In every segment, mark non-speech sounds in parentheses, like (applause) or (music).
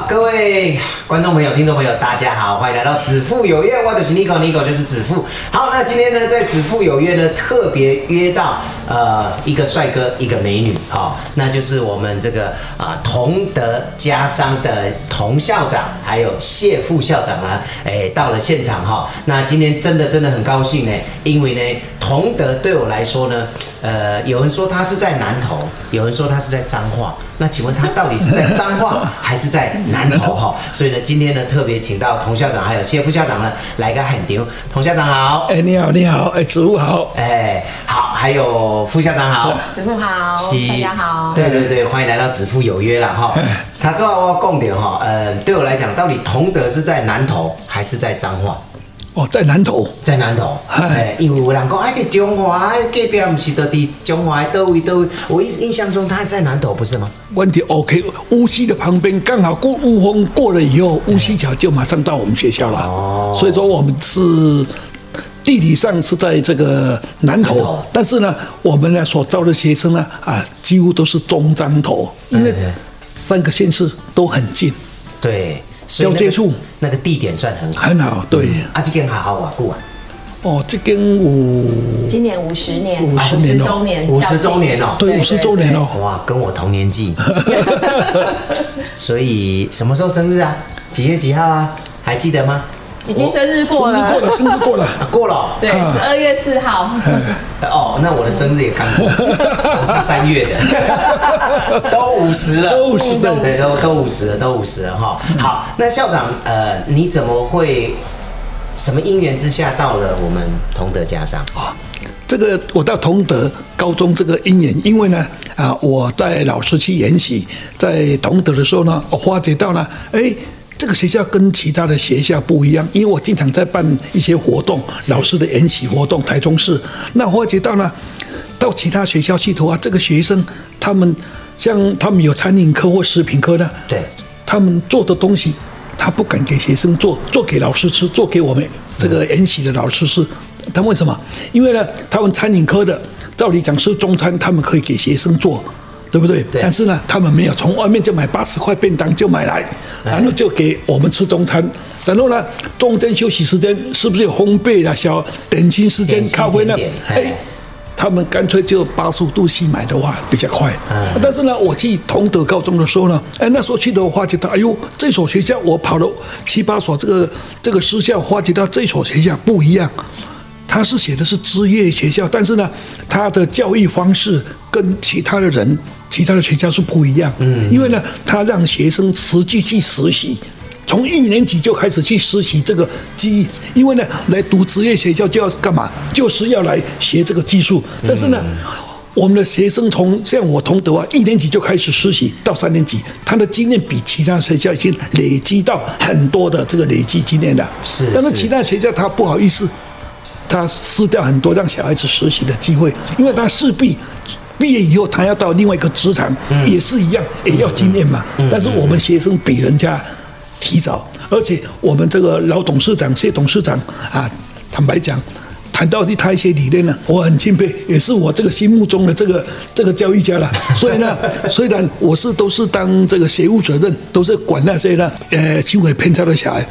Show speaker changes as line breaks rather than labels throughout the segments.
各位观众朋友、听众朋友，大家好，欢迎来到子父有约，我的是 Nico Nico 就是子父。好，那今天呢，在子父有约呢，特别约到呃一个帅哥，一个美女，哦，那就是我们这个啊、同德家商的童校长，还有谢副校长啊，哎到了现场哈、那今天真的真的很高兴呢，因为呢，同德对我来说呢，呃，有人说他是在南投，有人说他是在彰化。那请问他到底是在彰 (laughs) 化还是在南投哈？所以呢，今天呢特别请到童校长还有谢副校长呢来个喊丢。童校长好，
哎，你好，你好，哎，植物好，
哎好，还有副校长好，
子父好，
是
大家好。
对对对，欢迎来到子父有约啦 (laughs) 哈。他最后要共点哈，呃，对我来讲，到底同德是在南投还是在彰化？
哦，在南投，
在南投，
嗨
哎，因为有人讲，哎，伫中华哎隔壁，不是都伫中华的倒位倒位？我印印象中他在南投，不是吗？
问题 OK。乌溪的旁边刚好过雾峰过了以后，乌溪桥就马上到我们学校了。
哦
所以说我们是地理上是在这个南
南
投
投，
但是呢，我们呢所招的学生呢啊，几乎都是中彰投，因为
哎哎
三个县市都很近，
对，所以那
交
个
接处
那个地点算很好。
很好。对，
啊，这间还好瓦固啊，
哦，这跟我
今年五十年，
五十年哦
周年，
五十周年哦，
对五十周年哦，
哇，跟我同年
(laughs)
纪，所以什么时候生日啊？几月几号啊？还记得吗？
已经生日
生日过
过了，
了，生日过了。
啊，过了哦
对，十二月四号，
(laughs) 哦，那我的生日也刚过， (laughs) 我是三月的，都五十了，
都五十了
对，都都五十了，都五十了哈。好，那校长，呃，你怎么会什么因缘之下到了我们同德家商？
哦这个我到同德高中这个因缘，因为呢啊，我在老师去研习，在同德的时候呢，我发觉到呢，哎。这个学校跟其他的学校不一样，因为我经常在办一些活动，老师的研习活动，台中市。那我发觉到呢，到其他学校去的话，这个学生他们像他们有餐饮科或食品科呢，
对，
他们做的东西，他不敢给学生做，做给老师吃，做给我们这个研习的老师吃。他们为什么？因为呢，他们餐饮科的，照理讲是中餐，他们可以给学生做，对不对？
对
但是呢，他们没有从外面就买八十块便当就买来，然后就给我们吃中餐。然后呢，中间休息时间是不是有烘焙啦、小点心时间
点、心
咖啡呢
甜点？哎
哎。他们干脆就八十五度 C 买的话比较快。
嗯
但是呢，我去同德高中的时候呢，哎，那时候去的我发觉到，哎呦，这所学校我跑了七八所这个这个私校，发觉到这所学校不一样。它是写的是职业学校，但是呢，它的教育方式跟其他的人、其他的学校是不一样。嗯，因为呢，它让学生实际去实习，从一年级就开始去实习这个技艺，因为呢，来读职业学校就要干嘛？就是要来学这个技术。但是呢，我们的学生从像我同德啊，一年级就开始实习，到三年级，他的经验比其他学校已经累积到很多的这个累积经验了。
是
但是
是
其他学校他不好意思，他失掉很多让小孩子实习的机会，因为他势必毕业以后他要到另外一个职场，也是一样，也要经验嘛。但是我们学生比人家提早，而且我们这个老董事长谢董事长啊，坦白讲。谈到的他一些理念呢，我很钦佩，也是我这个心目中的这个这个教育家了。所以呢，虽然我是都是当这个学务责任，都是管那些呢呃行为偏差的小孩，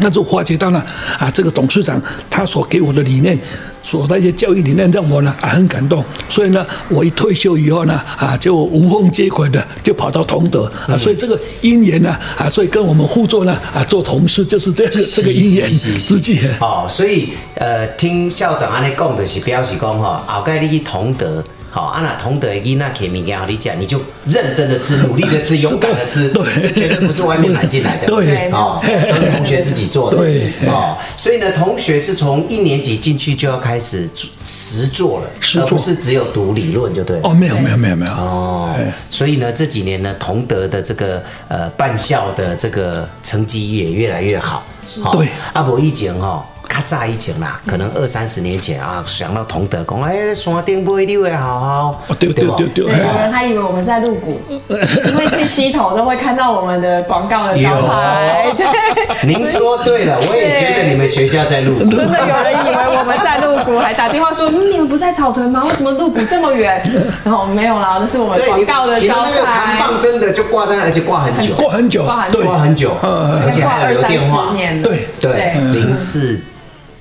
那就发觉到呢，啊，这个董事长他所给我的理念，所那些教育理念让我呢啊很感动，所以呢，我一退休以后呢，啊就无缝接轨的就跑到同德啊，所以这个姻缘呢啊，所以跟我们互作呢啊做同事就是这个这个姻缘
是是是
之际。
(laughs) 哦，所以呃，听校长安尼讲，就是表示讲吼，后盖你去同德。好，啊，那同德的囡仔给物件互你吃，你就认真的吃，努力的吃，勇敢的吃，
(laughs) 对
这绝对不是外面买进来的，
对对
哦，都是同学自己做的，
对
哦，所以呢，同学是从一年级进去就要开始实做了，
实
而
作
不是只有读理论就对了。
哦，没有没有没有没有，
哦，所以呢，这几年呢，同德的这个呃办校的这个成绩也越来越好。好
对
啊，我以前哦，较早以前啦，可能二三十年前啊，想到同德讲，哎、山顶买溜的好好，
哦对对对对
对，有人还以为我们在入股，因为去西头都会看到我们的广告的招牌，对，
对，您说对
(laughs)
了，我也觉得你们学校在录，
真的有人以为我们在入股，还打电话说，嗯，你们不在草屯吗？为什么入股这么远？然后没有啦，那是我们
对，
广
你
告的
你们
招
那个扛
牌，
棒真的就挂在那，而且挂很久，
过很久
挂很，久
对嗯
挂很久，而且
挂
还
二
有留
三
电话
十，年了，
对
对，零四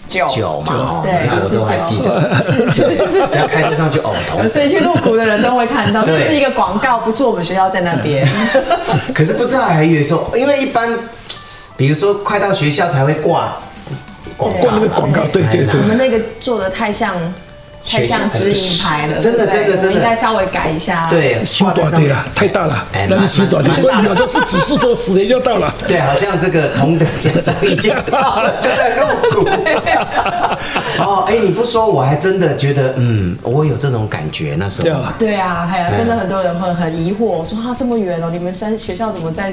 九
九嘛，哦
对
那我都还记得，只要开车上去哦，同
所以去入股的人都会看到，
对
这是一个广告，不是我们学校在那边。
可是不知道还以为说，因为一般，比如说快到学校才会挂哎广
过那个
告，
广告，对对对
我。们那个做的太像，太像指引牌了，
真的
对
真
不对
的真的
我们应该稍微改一下。，
对，
修
挂在
短
上
的
面
啦，太大了
哎，
那
蛮
你修短的，
蛮
所以
蛮大
你
的
好像是指数说十年就到了。
对，好像这个同等加上已经到了，就在入
(laughs)
股。哦，哎，你不说我还真的觉得，嗯，我有这种感觉那时
对
候
啊。
对啊，还有真的很多人会很疑惑，说啊这么远哦，你们山学校怎么在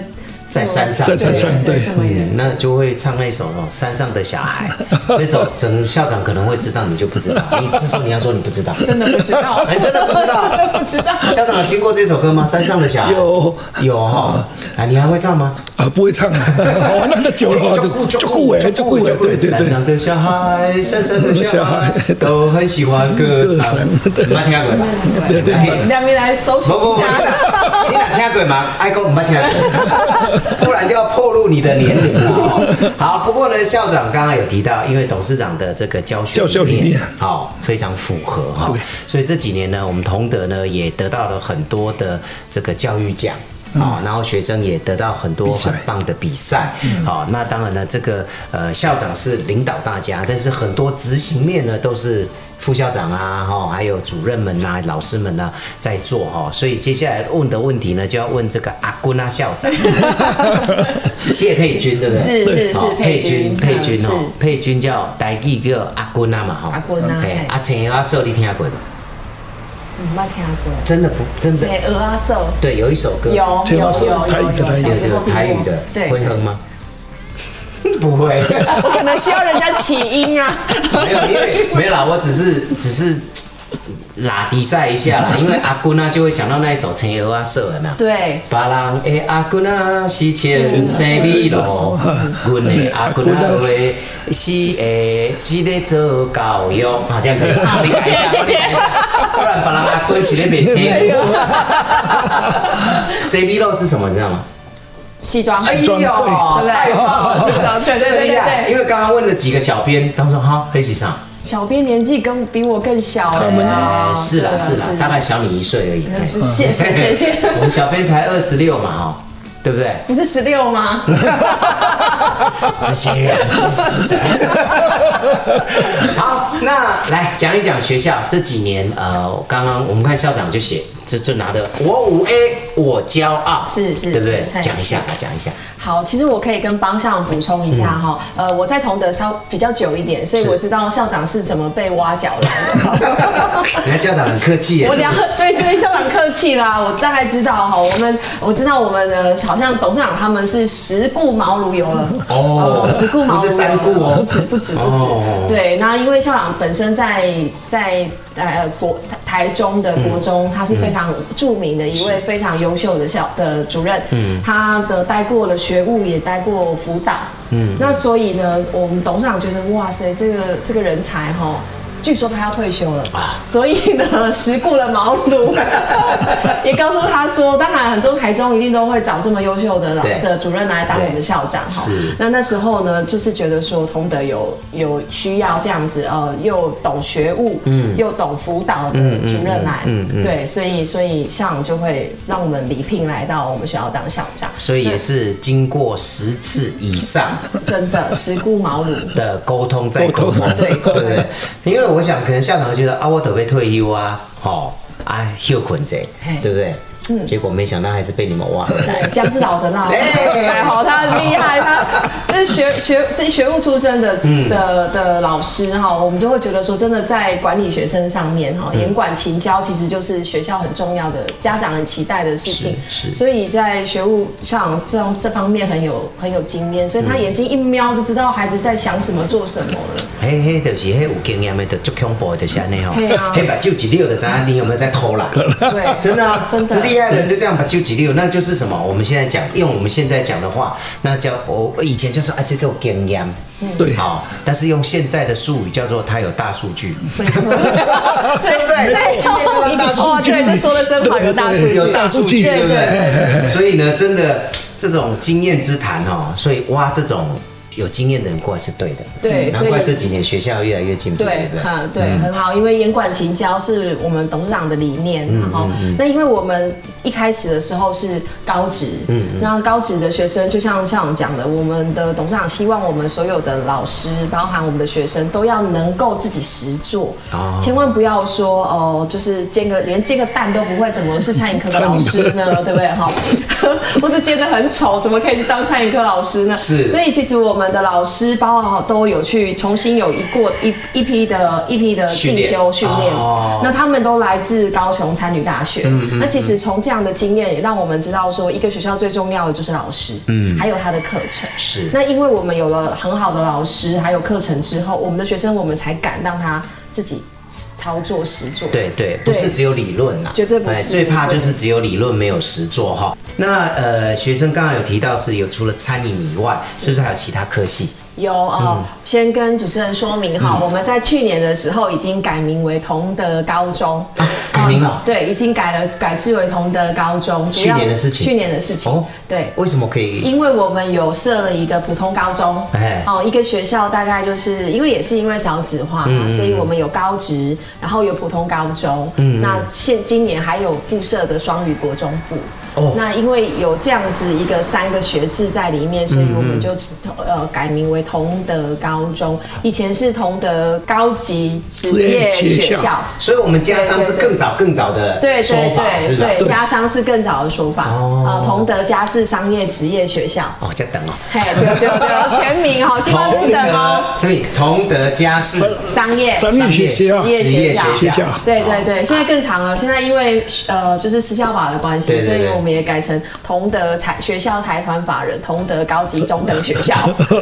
在山上
在山上对
这么远？
嗯，那就会唱那首哦《山上的小孩》这首，整个校长可能会知道，你就不知道。你这时候你要说你不知道，
真的不知道，
(laughs) 哎真的不知道
真的不知道。
校长有听过这首歌吗？山上的小孩
有
有哈，啊，你还会唱吗？哎
啊，不会唱了， (laughs) 玩哦那么久 (laughs) 了，就顾伟，就顾伟，欸哎对对
山
对，
上的小孩，山上的小孩都很喜欢歌唱，唔捌听过吧？
对对
哎两边来搜寻
不不不，你
一下，
哪你哪听过吗？爱哥唔捌听过，不然就要透露你的年龄了哦。好，不过呢，校长刚刚有提到，因为董事长的这个教学
教教理念
好、非常符合哈、所以这几年呢，我们同德呢也得到了很多的这个教育奖。好、然后学生也得到很多
比赛
很棒的比赛。好、那当然呢，这个呃校长是领导大家，但是很多执行面呢都是副校长啊，哈、还有主任们呐、老师们呐、啊在做哈、所以接下来问的问题呢，就要问这个阿姑那校长，谢佩君对不对？
是是嗯
好
是，
佩君，佩君
是
哦，佩君叫台语叫阿君啊嘛吼，
阿君啊
嘿
嘿
阿青阿寿你听过吗？
嗯没听过。
真的不真的，
谁鹅啊瘦？
对，有一首歌，
有有
青蛙
有
瘦
有，
台语的台语
小
对
时候
对
听
台语
过
的，
对，
会哼吗？ (laughs) 不
(laughs)
会，
我可能需要人家起音啊。
没有，因为没有啦，我只是只是拉低赛一下啦，因为阿姑呢就会想到那一首青蛙社有没有？
对，
别人的阿姑呐是穿西米露，阮的阿姑呐话是会只咧做教育，啊，这样可以吗。你改一下，
谢谢谢谢
你改一下不然别人阿姑是咧卖车。西米露是什么？你知道吗？
西装，哎
哎呦，
装对
太棒了， (laughs) 这个
对对对对
真的厉害！
对
因为刚刚问了几个小编，他们说哈，黑起上，
小编年纪跟比我更小哎
哎
呀，
是啦
对啊
是啦，大概小你一岁而已。哎
是谢谢
(laughs)
谢谢，
我们小编才二十六嘛，哈，对不对？
不是十六吗？
(laughs)
(laughs)
这些人真是的。好，那来讲一讲学校这几年，呃，刚刚我们看校长就写，就就拿的我五 A，我骄傲，
是是
对不对
是？嘿
讲一下，来讲一下，
好，其实我可以跟帮上补充一下哈、呃，我在同德稍比较久一点，所以
嗯是
我知道校长是怎么被挖角来
(laughs)
的。
人家校长很客气耶
我，了，对，所以校长客气啦，我大概知道哈。我们我知道我们的好像董事长他们是十顾茅庐有了
哦
十顾
不
茅庐啊
是三顾哦
不止不止不止。
哦
对，那因为校长本身在在呃国台中的国中，他是非常著名的一位非常优秀的校的主任，嗯，他的待过了学务，也待过辅导，嗯，那所以呢，我们董事长觉得哇塞，这个这个人才哈。据说他要退休了，所以呢，实顾了茅庐， (laughs) 也告诉他说，当然很多台中一定都会找这么优秀的老
对
的主任来当我们的校长哈
是。
哦那那时候呢，就是觉得说，同德有有需要这样子，呃，又懂学务，嗯，又懂辅导的主任来，嗯对，所以所以校长就会让我们礼聘来到我们学校当校长，
所以也是经过十次以上
真的实顾茅庐，
的沟通再沟通，
对
(laughs) 对不对？因为 (laughs) 我想，可能校长会觉得啊，我得被退休啊，哦，啊休困者
嘿，
对不对？嗯，结果没想到还是被你们挖了。
对，姜是老的辣，
(laughs) 哎
哎，好，他很厉害，他这是学学这学务出身的
嗯
的的老师哈，我们就会觉得说，真的在管理学生上面哈，
嗯
严管勤教其实就是学校很重要的，家长很期待的事情，
是是
所以在学务上这种这方面很有很有经验，所以他
嗯
眼睛一瞄就知道孩子在想什么做什么了。
嘿嘿，就是迄有经验的，就足恐怖的，就是安尼吼。
嘿啊
嘿，把酒一溜就知道你有没有在偷 (laughs) 懒。
对
真的啊，
真的
厉害的人就这样把酒几溜，那就是什么？我们现在讲，用我们现在讲的话，那叫我我以前就说啊，这个有经验，
对
好，但是用现在的术语叫做他有大数据，
没错，对
(laughs) 对不对
在教
今天就说
哦，对，这说的真好，有大数据，
有大数据，
对
对不
对
对？所以呢，真的这种经验之谈哦，所以挖这种有经验的人过来是对的。
对
难
所以
怪这几年学校越来越进步，对
对嗯
不，对？
哈，对，很好，因为严管勤教是我们董事长的理念，然后那因为我们一开始的时候是高职，嗯，然后高职的学生就像校长讲的，我们的董事长希望我们所有的老师，包含我们的学生，都要能够自己实做
哦，
千万不要说哦，就是煎个连煎个蛋都不会，怎么是 (laughs) 餐饮科的老师呢？对不对？哈， (laughs) 或者煎的很丑，怎么可以当餐饮科老师呢？
是
所以。所以其实我们的老师包括都有去重新有一过一一批的一批的
训
进
练
修训练
哦，嗯
那他们都来自高雄参女大学。那其实从这样的经验也让我们知道说，一个学校最重要的就是老师，嗯，还有他的课程。
是
那因为我们有了很好的老师，还有课程之后，我们的学生我们才敢让他自己操作实做。
对对，不是只有理论啦，
绝对不是
哎最怕就是只有理论没有实做哈。那呃，学生刚刚有提到是有除了餐饮以外，是不是还有其他科系？
有哦，
嗯
先跟主持人说明哈，我们在去年的时候已经改名为同德高中，
啊改名了
哦对，已经改了，改制为同德高中。主要
去年的事情
去年的事情，
哦
对。
为什么可以？
因为我们有设了一个普通高中
哎，
哦，一个学校大概就是因为也是因为少子化
嗯
嘛，所以我们有高职，然后有普通高中，
嗯
那现今年还有附设的双语国中部。
哦
那因为有这样子一个三个学制在里
嗯
面，所以我们就呃改名为同德高中，以前是同德高级职业
职业学
学
校
校。
所以我们家商是
对对对
更早更早的
对
说
对
法，是
对
吧？
对，家商是更早的说法，
哦
呃，同德家是商业职业学校，
哦，在等哦。
嘿，对对对， (laughs) 全名哈，千万不等哦。
所以同德家事
商业
商业学校
职业
职业
学校
学
学
校
校。
对对对，现在更长了。现在因为呃，就是私校法的关系，
对对对
所以我们也改成同德财学校财团法人同德高级中等学校。
(laughs)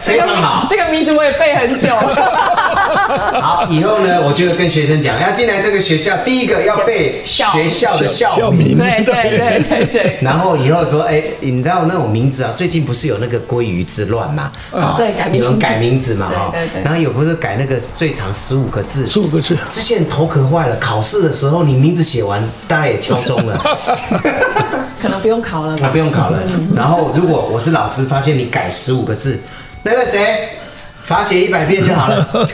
非常
(laughs)
好
这个名字我也背很久。
好，以后呢，我就跟学生讲，要进来这个学校，第一个要背
校
学校的校
校
名。
名
对对对对对。
然后以后说，哎、你知道那种名字啊？最近不是有那个鲑鱼之乱嘛？啊
对改名字
有人改名字嘛？
对
哈
对对，
然后有不是改那个最长十五个字？
十五个字 (laughs)
这些人头壳坏了，考试的时候你名字写完，大家也敲钟
(laughs)
了，
可能不用考了
啊，
吧
不？用考了。然后如果我是老师，发现你改十五个字，那个谁。罚写一百遍就好
(laughs)
了，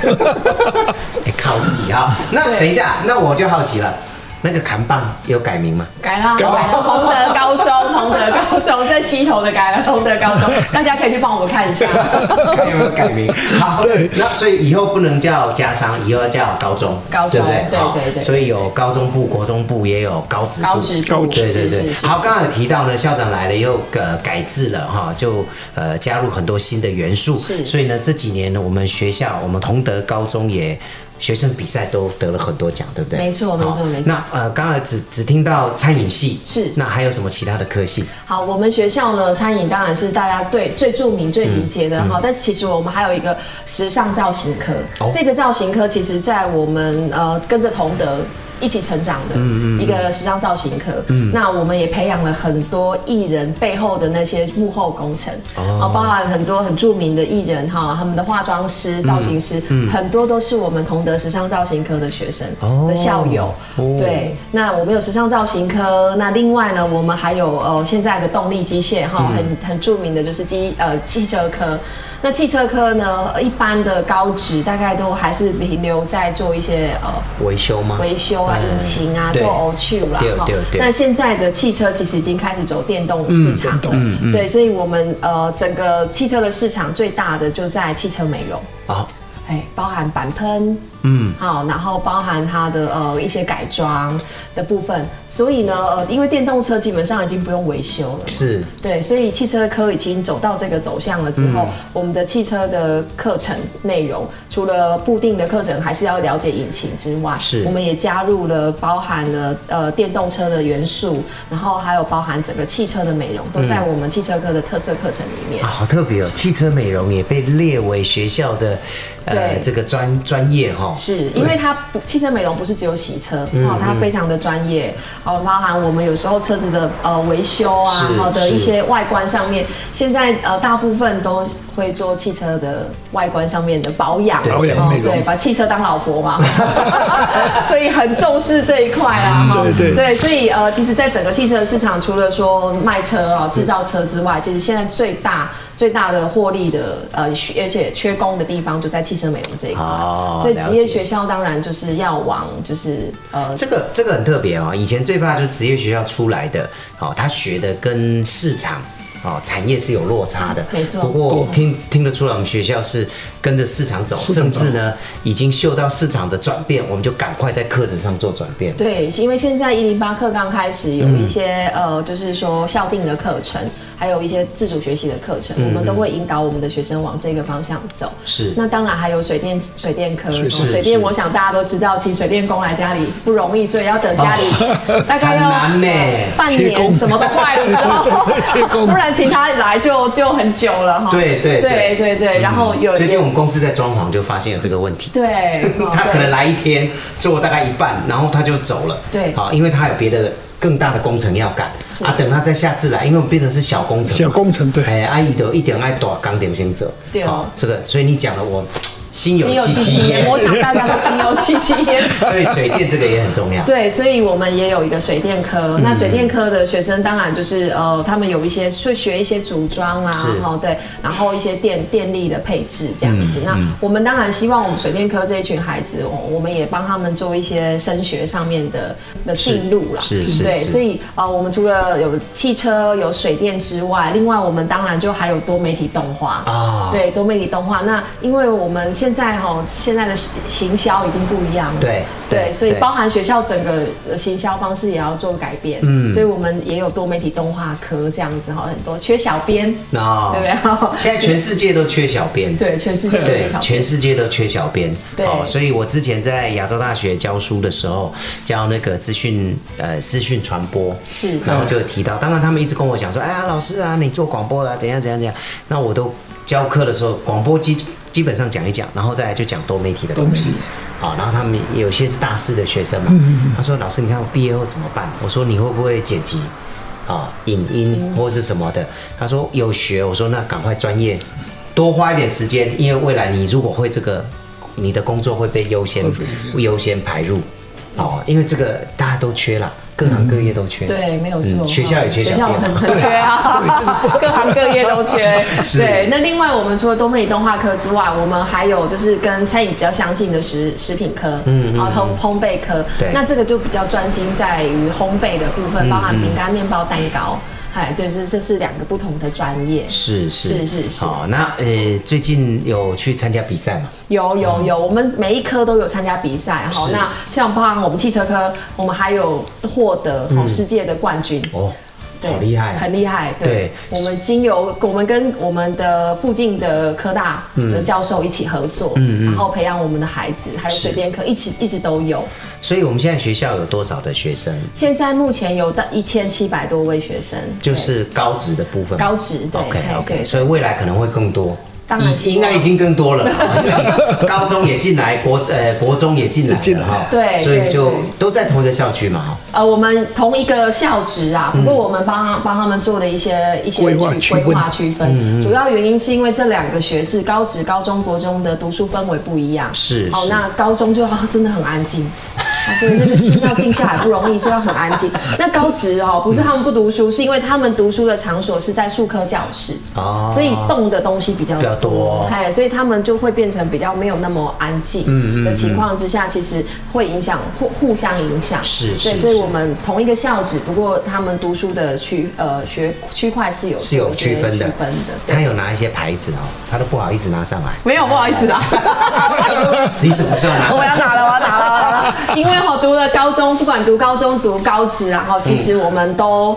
哎考试啊！那等一下，那我就好奇了，那个扛棒有改名吗？
改了，改了，同德高中，同德高中，在西头的改了同德高中，大家可以去帮我们看一下。
看有没有改名。 (laughs) 好，那所以以后不能叫家商，以后要叫高中，
高
对
中
不对？
对
好
对对
所以有高中部、国中部，也有高职部。
高职部
高
对
职
对
是
对
是，是
好，刚刚有提到呢，校长来了又呃改制了哈，就呃加入很多新的元素，
是
所以呢这几年呢，我们学校我们同德高中也学生比赛都得了很多奖，对不对？
没错没错
好
没错
那呃刚刚只只听到餐饮系
是
那还有什么其他的科系？
好，我们学校呢，餐饮当然是大家对最著名、最理解的
嗯
哈、但是其实我们还有一个时尚造型科，
哦
这个造型科其实在我们呃跟着同德。一起成长
嗯
的一个时尚造型科，那我们也培养了很多艺人背后的那些幕后工程，哦，包含很多很著名的艺人哈，他们的化妆师、
嗯
造型师，很多都是我们同德时尚造型科的学生
哦
的校友，
哦
对，那我们有时尚造型科，那另外呢，我们还有呃现在的动力机械哈，
嗯
很很著名的就是机呃汽车科。那汽车科呢，呃一般的高职大概都还是停留在做一些呃
维修吗？
维修啊、
嗯
引擎啊、
对
做 O 去啦
对对对嗯
那现在的汽车其实已经开始走电动市场了，对，所以我们呃整个汽车的市场最大的就在汽车美容。
哦，
哎，包含板喷、嗯，好，然后包含它的呃一些改装的部分，所以呢，呃，因为电动车基本上已经不用维修了，
是
对，所以汽车科已经走到这个走向了之后，
嗯
我们的汽车的课程内容，除了固定的课程，还是要了解引擎之外，
是
我们也加入了包含了呃电动车的元素，然后还有包含整个汽车的美容，都
嗯
在我们汽车科的特色课程里面。
啊好特别哦，汽车美容也被列为学校的呃
对
这个专专业哈、哦，
是因为它不汽车美容不是只有洗车，
嗯
哦，它非常的专业，哦，包含我们有时候车子的呃维修啊，
是
然后的一
是
些外观上面，现在呃大部分都会做汽车的外观上面的保养，哦
对
保养内容
对，把汽车当老婆
(laughs)
嘛， (laughs) 所以很重视这一块啊，哈
嗯对对
对，所以呃，其实，在整个汽车市场，除了说卖车啊、制造车之外，其实现在最大最大的获利的呃，而且缺工的地方就在汽车美容这一块。
哦
啊所以职业
了解
学校当然就是要往就是呃
这个这个很特别哦，以前最怕就是职业学校出来的，哦，他学的跟市场。哦，产业是有落差的，
没错
不过听听得出来，我们学校是跟着市场走，
市
甚
场走
至呢，已经嗅到市场的转变，我们就赶快在课程上做转变。
对，因为现在一零八课刚开始有
嗯
一些、呃，就是说校定的课程，还有一些自主学习的课程，我们都会引导我们的学生往这个方向走。
嗯是
那当然还有水电水电科，
是是
水电我想大家都知道，其实水电工来家里不容易，所以要等家里、大概要
哦很难呢
呃半
切工，
年什么都坏了之
(laughs)
后
切工
(laughs) 不然请他来就就很久了哈。
对对对
对对对，然后有
最近
有
我们公司在装潢就发现了这个问题，
对，
(laughs)
哦
他可
对
能来一天做大概一半，然后他就走了。
对
好，因为他有别的更大的工程要赶啊，等他再下次来，因为我们变成是小工程嘛。
小工程对
哎，阿姨都一点爱大工程先走。
对哦
好这个，所以你讲的我心有
心有
戚
戚
戚
戚
焉
焉，。我想大家都心有戚戚焉。
(laughs) 所以水电这个也很重要。
对，所以我们也有一个水电科。
嗯
那水电科的学生当然就是呃，他们有一些会学一些组装啦、
是
啊，哦对，然后一些电电力的配置这样
嗯
子。那我们当然希望我们水电科这一群孩子，我我们也帮他们做一些升学上面的的进入啦。
是是
对，
是
所以呃，我们除了有汽车、有水电之外，另外我们当然就还有多媒体动画
啊
对，多媒体动画。那因为我们现在哈、现在的行行销已经不一样了。
对对
对，所以
对
包含学校整个呃行销方式也要做改变。嗯，所以我们也有多媒体动画科这样子哈，很多缺小编，
那哦
对不对？
(laughs)
哈
现在全世界都缺小编。
(laughs) 对，全世界都
对
缺，小
全
编。
世界都缺小编。
对
所以我之前在亚洲大学教书的时候，教那个资讯呃资讯传播，
是
然后就有提到，当然他们一直跟我讲说，哎呀，老师啊，你做广播啦、怎样怎样怎样。那我都教课的时候，广播基基本上讲一讲，然后再来就讲多媒体的嗯东西
多媒。
好，然后他们有些是大四的学生嘛，他说老师，你看我毕业后怎么办？我说你会不会剪辑？啊，影音或是什么的，他说有学，我说那赶快专业，多花一点时间，因为未来你如果会这个，你的工作会被优先优先排入，哦，因为这个大家都缺啦，各行各业都缺，
对，没有错、
嗯学校也缺小
学
编
校
嘛
很很缺
(laughs)
啊， (laughs) 各行各业都缺。对，那另外我们除了多媒体动画科之外，我们还有就是跟餐饮比较相近的食食品科，嗯，然后烘烘焙科，
对嗯
那这个就比较专心在于烘焙的部分，包含饼干、面包、蛋糕，哎，对，是这是两个不同的专业。
是是
是是是
好，那呃，最近有去参加比赛吗？
有有有，我们每一科都有参加比赛哈。
嗯是
那像包含我们汽车科，我们还有获得
嗯
哈世界的冠军。
哦，
对
好厉害啊，
很厉害。
对
对，我们经由我们跟我们的附近的科大
嗯
的教授一起合作，然后培养我们的孩子，还有水电科一起一直都有。
所以我们现在学校有多少的学生？
现在目前有到一千七百多位学生，
就
对
是高职的部分吗，
高职对
OK
嘿
OK，
对
所以未来可能会更多。
当然希
已
望
应该已经更多了啦，
(laughs)
因为高中也进来，国呃国中也进来
进
了
来
哈，
对
所以
对
就
对
都在同一个校区嘛哈。
呃，我们同一个校职啊，不过我们帮他帮他们做的一些一些
规划区
区
分
规划区分，主要原因是因为这两个学制，高职、高中、国中的读书氛围不一样。
是
哦
是，
那高中就真的很安静，啊真的那个心要静下来不容易，所以要很安静。那高职哦，不是他们不读书，是因为他们读书的场所是在术科教室，
哦
所以动的东西比较
比较多
哎，所以他们就会变成比较没有那么安静的情况之下，其实会影响互互相影响。
是
对，
是
所以
是
我们同一个校址，不过他们读书的区呃学区块是有
是有区分的
区分的，。对
他有拿一些牌子哦，他都不好意思拿上来。
没有，不好意思啦。
(laughs)
(laughs)
你什么时候拿上
我要
来？
打了，我要打了，我要打了。 (laughs) 因为我读了高中，不管读高中读高职，然后其实我们都。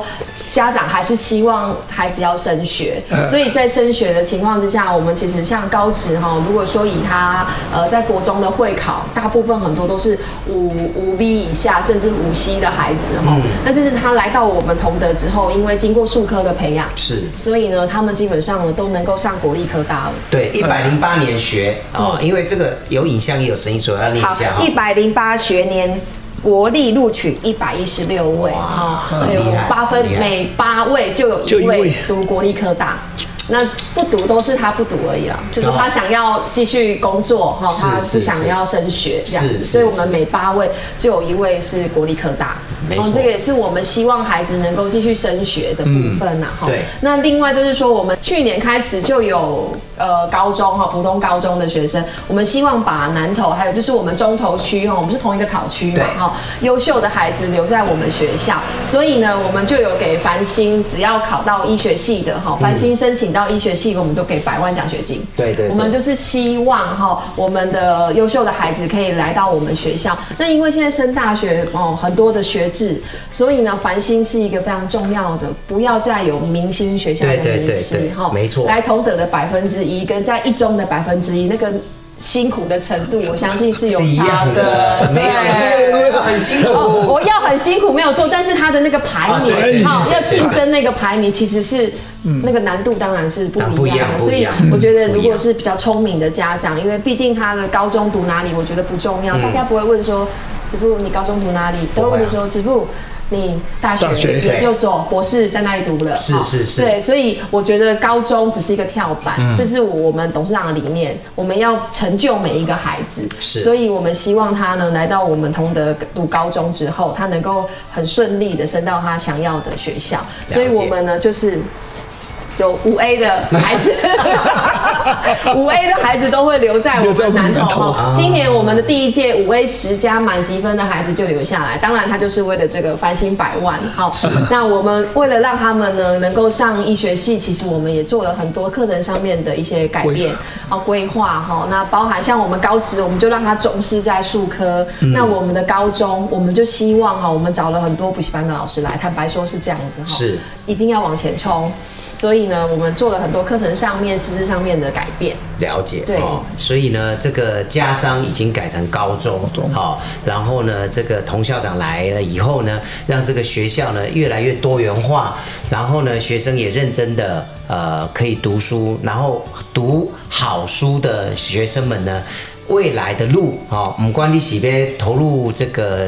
家长还是希望孩子要升学，所以在升学的情况之下，我们其实像高职哈，如果说以他呃在国中的会考，大部分很多都是五五 B 以下甚至五 C 的孩子哈，那这是他来到我们同德之后，因为经过数科的培养，
是
所以呢，他们基本上呢都能够上国立科大了。
对，一百零八年学哦，因为这个有影像也有声音，所以要念一下
好，
哈
一。百零八学年国立录取一百一
一
十，
十六位
哇
哈，
很
对
厉害
我八分
很厉害
每八位就有
就
一
一
位
位
读国立科大。那不读都是他不读而已啦，就是他想要继续工作哈，
哦是
他
是
不想要升学这样
是
子，
是
所以我们
是
每八位就有一位是国立科大，
没
然后
错
这个也是我们希望孩子能够继续升学的部分呐哈
嗯对。
那另外就是说，我们去年开始就有呃高中哈，普通高中的学生，我们希望把南投还有就是我们中投区哈，我们是同一个考区嘛
对
哈，优秀的孩子留在我们学校，所以呢，我们就有给繁星，只要考到医学系的哈，繁星申请到医学系，我们都给百万奖学金。
对对对
我们就是希望哈，我们的优秀的孩子可以来到我们学校。那因为现在升大学哦，很多的学制，所以呢，繁星是一个非常重要的，不要再有明星学校的
对对
迷
对
失
对
哈。
没错
来同等的百分之一，跟在一中的百分之一那个。辛苦的程度，我相信是有
是一
差
样的，
对
没有一个人都很辛
哦，
苦。
我要很辛苦没有错，但是他的那个排名
啊对，嗯
哈、
对
要竞争那个排名，其实是、那个难度当然是不
不
一
一
样
样
的。
不
所
一
以
样
我觉得，
不一样
如果是比较聪明的家长，因为毕竟他的高中读哪里，我觉得不重要，大家不会问说子父你高中读哪里，都
不会啊
会问说子父。你大学
大学
研究所、博士在哪里读了？
是
哈
是是
对，所以我觉得高中只是一个跳板，这是我们董事长的理念，我们要成就每一个孩子。
是
所以我们希望他呢来到我们同德读高中之后，他能够很顺利的升到他想要的学校。所以我们呢就是。有五 A 的孩子，五 A 的孩子都会留在我
留在我
们
们
南
南
投
投
哈。今年我们的第一届五 A 十加满积分的孩子就留下来，当然他就是为了这个翻新百万。好，那我们为了让他们呢能够上医学系，其实我们也做了很多课程上面的一些改变哦规划哈。那包含像我们高职，我们就让他重视在数科；那我们的高中，我们就希望哈，我们找了很多补习班的老师来，坦白说是这样子哈。
是。
一定要往前冲。所以呢，我们做了很多课程上面、师资上面的改变。
了解，
对
哦，所以呢，这个家商已经改成高中，好、然后呢，这个童校长来了以后呢，让这个学校呢越来越多元化，然后呢，学生也认真的呃可以读书，然后读好书的学生们呢，未来的路哦，唔管你喜别投入这个。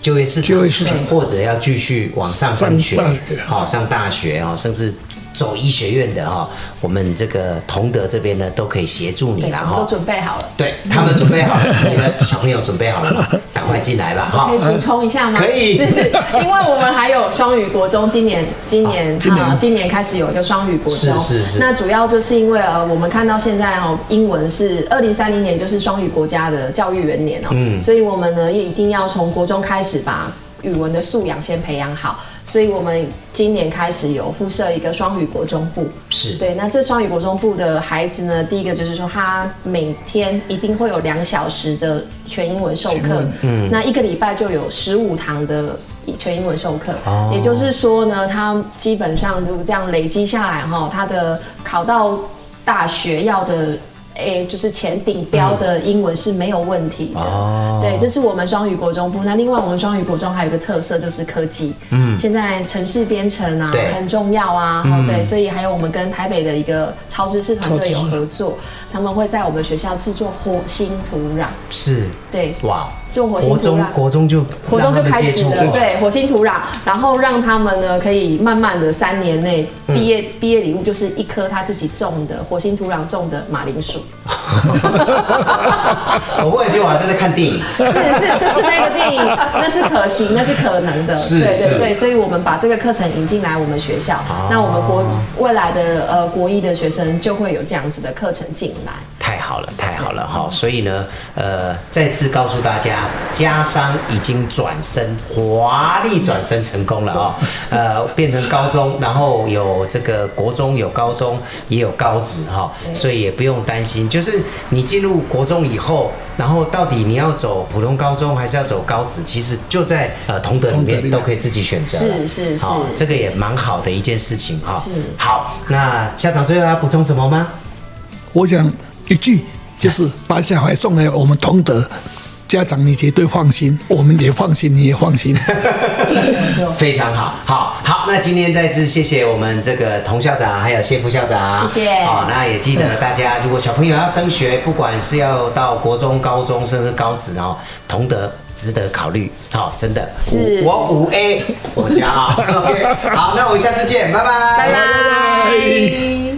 就业市场，
就业市场
或者要继续往上升
上
学，
大学
好、上大学哦，甚至走医学院的哈、哦，我们这个同德这边呢都可以协助你
对，
啦
我们
哈、
都准备好了。
对他们准备好了，
(laughs)
你的小朋友准备好了吗？赶快进来吧哈
可以。补充一下吗？
可以
(laughs) 就是因为我们还有双语国中，今年今年
今年
啊今年开始有一个双语国中，
哦是是是
那主要就是因为呃，我们看到现在哦，英文是二零三零年就是双语国家的教育元年哦，
嗯
所以我们呢也一定要从国中开始把语文的素养先培养好，所以我们今年开始有附设一个双语国中部，
是
对，那这双语国中部的孩子呢，第一个就是说他每天一定会有两小时的全英文授课，嗯，那一个礼拜就有十五堂的全英文授课，
哦
也就是说呢，他基本上如果这样累积下来哈，他的考到大学要的。诶，就是前顶标的英文是没有问题的，
哦
对，这是我们双语国中部。那另外我们双语国中还有一个特色就是科技，嗯，现在城市编程啊
对
很重要啊，
嗯
哦对，所以还有我们跟台北的一个超知识团队有合作，他们会在我们学校制作活新土壤，
是
对。
哇，
用火星
国
土
中
壤。
国中就
活
让他
动就
们
开
接
始
触
了，
过，
对，火星土壤，然后让他们呢可以慢慢的三年内
嗯
毕业毕业礼物就是一颗他自己种的火星土壤种的马铃薯，
我忽然间我好像在看电影，
是是就是那个电影，
(laughs)
那是可行，那是可能的，
是
对
是啊
对对，所以我们把这个课程引进来我们学校，那我们国未来的呃国一的学生就会有这样子的课程进来，
太好了，太好了哈！所以呢，呃，再次告诉大家，家商已经转身，华丽转身成功了啊、呃，变成高中，然后有这个国中，有高中，也有高职哈、所以也不用担心。就是你进入国中以后，然后到底你要走普通高中还是要走高职，其实就在呃同德里
同德里
面
面
都可以自己选择了。
是是是
好这个也蛮好的一件事情哈、
是
好，那校长最后要补充什么吗？
我想一句就是把小孩送来我们同德。家长，你绝对放心，我们也放心，你也放心。
非常好，好好，那今天再次谢谢我们这个童校长，还有谢副校长，
谢谢
好、那也记得大家，如果小朋友要升学，不管是要到国中、高中，甚至高职哦，同德值得考虑，好、真的，
是
我我啊五
(laughs)
A，我骄傲。OK，好，那我们下次见，拜拜
哎
拜拜。